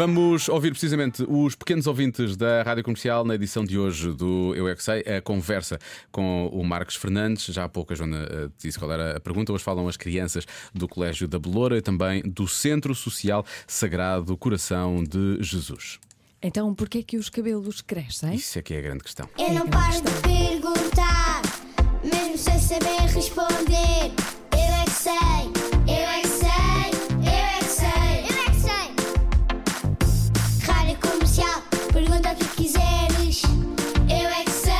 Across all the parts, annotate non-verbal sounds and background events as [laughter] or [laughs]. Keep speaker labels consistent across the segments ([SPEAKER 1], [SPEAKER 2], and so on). [SPEAKER 1] Vamos ouvir precisamente os pequenos ouvintes da Rádio Comercial na edição de hoje do Eu é que Sei, a conversa com o Marcos Fernandes. Já há pouco a Joana eh, disse qual era a pergunta. Hoje falam as crianças do Colégio da Beloura e também do Centro Social Sagrado Coração de Jesus.
[SPEAKER 2] Então, porquê que os cabelos crescem?
[SPEAKER 1] Isso é que é a grande questão.
[SPEAKER 3] Eu não paro de perguntar, mesmo sem saber responder. Eu é que sei, eu é que sei, eu é que sei, eu é que sei. Rádio comercial, pergunta o que quiseres. Eu é que sei,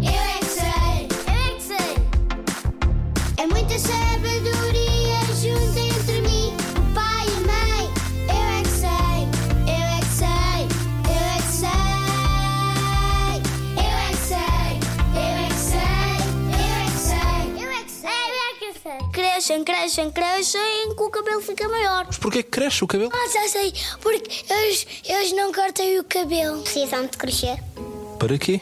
[SPEAKER 3] eu é que sei, eu é que sei. É muita sabedoria junta entre mim, o pai e a mãe. Eu é que sei, eu é que sei, eu é que sei. Eu é que sei, eu é que sei, eu é que sei. Eu é que sei, Crescem, crescem, crescem que o cabelo fica maior.
[SPEAKER 4] Mas porquê que cresce o cabelo?
[SPEAKER 3] Ah, já sei, porque eles, eles não cortam o cabelo. Precisam de crescer.
[SPEAKER 4] Para quê?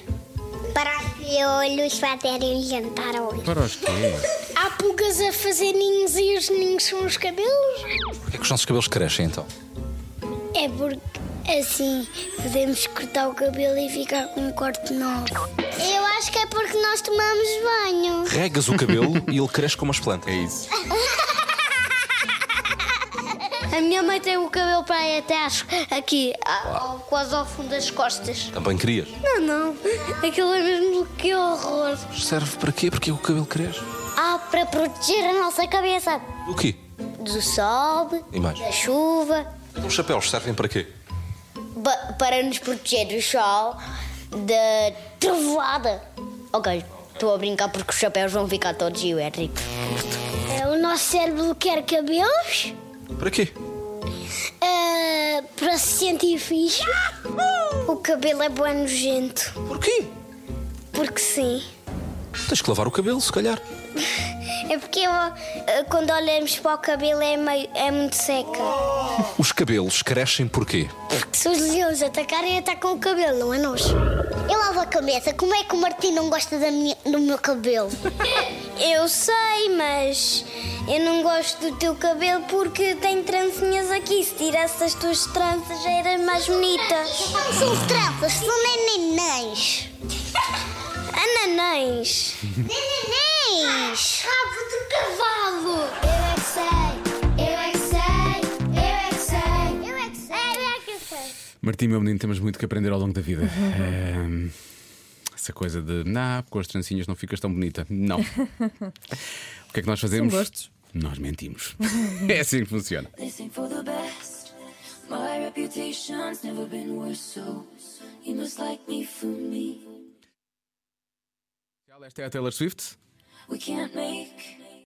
[SPEAKER 3] Para os olhos fazerem jantar hoje.
[SPEAKER 1] Para os quê?
[SPEAKER 3] Há pulgas a fazer ninhos e os ninhos são os cabelos?
[SPEAKER 4] Porquê que os nossos cabelos crescem então?
[SPEAKER 3] É porque assim podemos cortar o cabelo e ficar com um corte novo. Eu acho que é porque nós tomamos banho.
[SPEAKER 4] Regas o cabelo [laughs] e ele cresce como as plantas.
[SPEAKER 1] É isso.
[SPEAKER 3] A minha mãe tem o cabelo para aí até às- aqui, a- ao- quase ao fundo das costas.
[SPEAKER 4] Também crias.
[SPEAKER 3] Não, não. Aquilo é mesmo que horror.
[SPEAKER 4] Serve para quê? Porque o cabelo cresce.
[SPEAKER 3] Ah, para proteger a nossa cabeça
[SPEAKER 4] O quê?
[SPEAKER 3] do sol,
[SPEAKER 4] E mais?
[SPEAKER 3] da chuva,
[SPEAKER 4] Então Os chapéus servem para quê?
[SPEAKER 3] ba- para nos proteger do sol, da trovoada. Ok, estou a brincar porque os chapéus vão ficar todos geoétricos. É, O nosso cérebro quer cabelos eh,
[SPEAKER 4] Para quê?
[SPEAKER 3] para se sentir fixe. O cabelo é bom nojento,
[SPEAKER 4] Porquê?
[SPEAKER 3] porque sim.
[SPEAKER 4] Tens que lavar o cabelo, se calhar.
[SPEAKER 3] É porque eu- eh, quando olhamos para o cabelo é, meio- é muito seca.
[SPEAKER 4] Os cabelos crescem porquê?
[SPEAKER 3] Porque se os leões atacarem, atacam o cabelo, não é nós. Eu lavo a cabeça. Como é que o Martim não gosta da minha- do meu cabelo? [laughs] eu sei, mas eu não gosto do teu cabelo porque tem trancinhas aqui. Se tirasse as tuas tranças, eras mais bonita. Não são tranças, são nenenãs. Ananãs. Nenenãs. Rabo de cavalo. Eu é que sei, eu é que sei, eu é que sei. Eu é que sei, eu é que sei.
[SPEAKER 1] Martim, meu menino, temos muito que aprender ao longo da vida. Ahm, essa coisa de, nah, com as trancinhas não ficas tão bonita. Não.
[SPEAKER 2] [laughs]
[SPEAKER 1] o que é que nós fazemos?
[SPEAKER 2] São gostos.
[SPEAKER 1] Nós mentimos. [laughs] é assim que funciona.
[SPEAKER 5] Listen for the best. My reputation's never been worse, so you must like me for me.
[SPEAKER 1] Esta é a Taylor Swift.
[SPEAKER 5] We can't make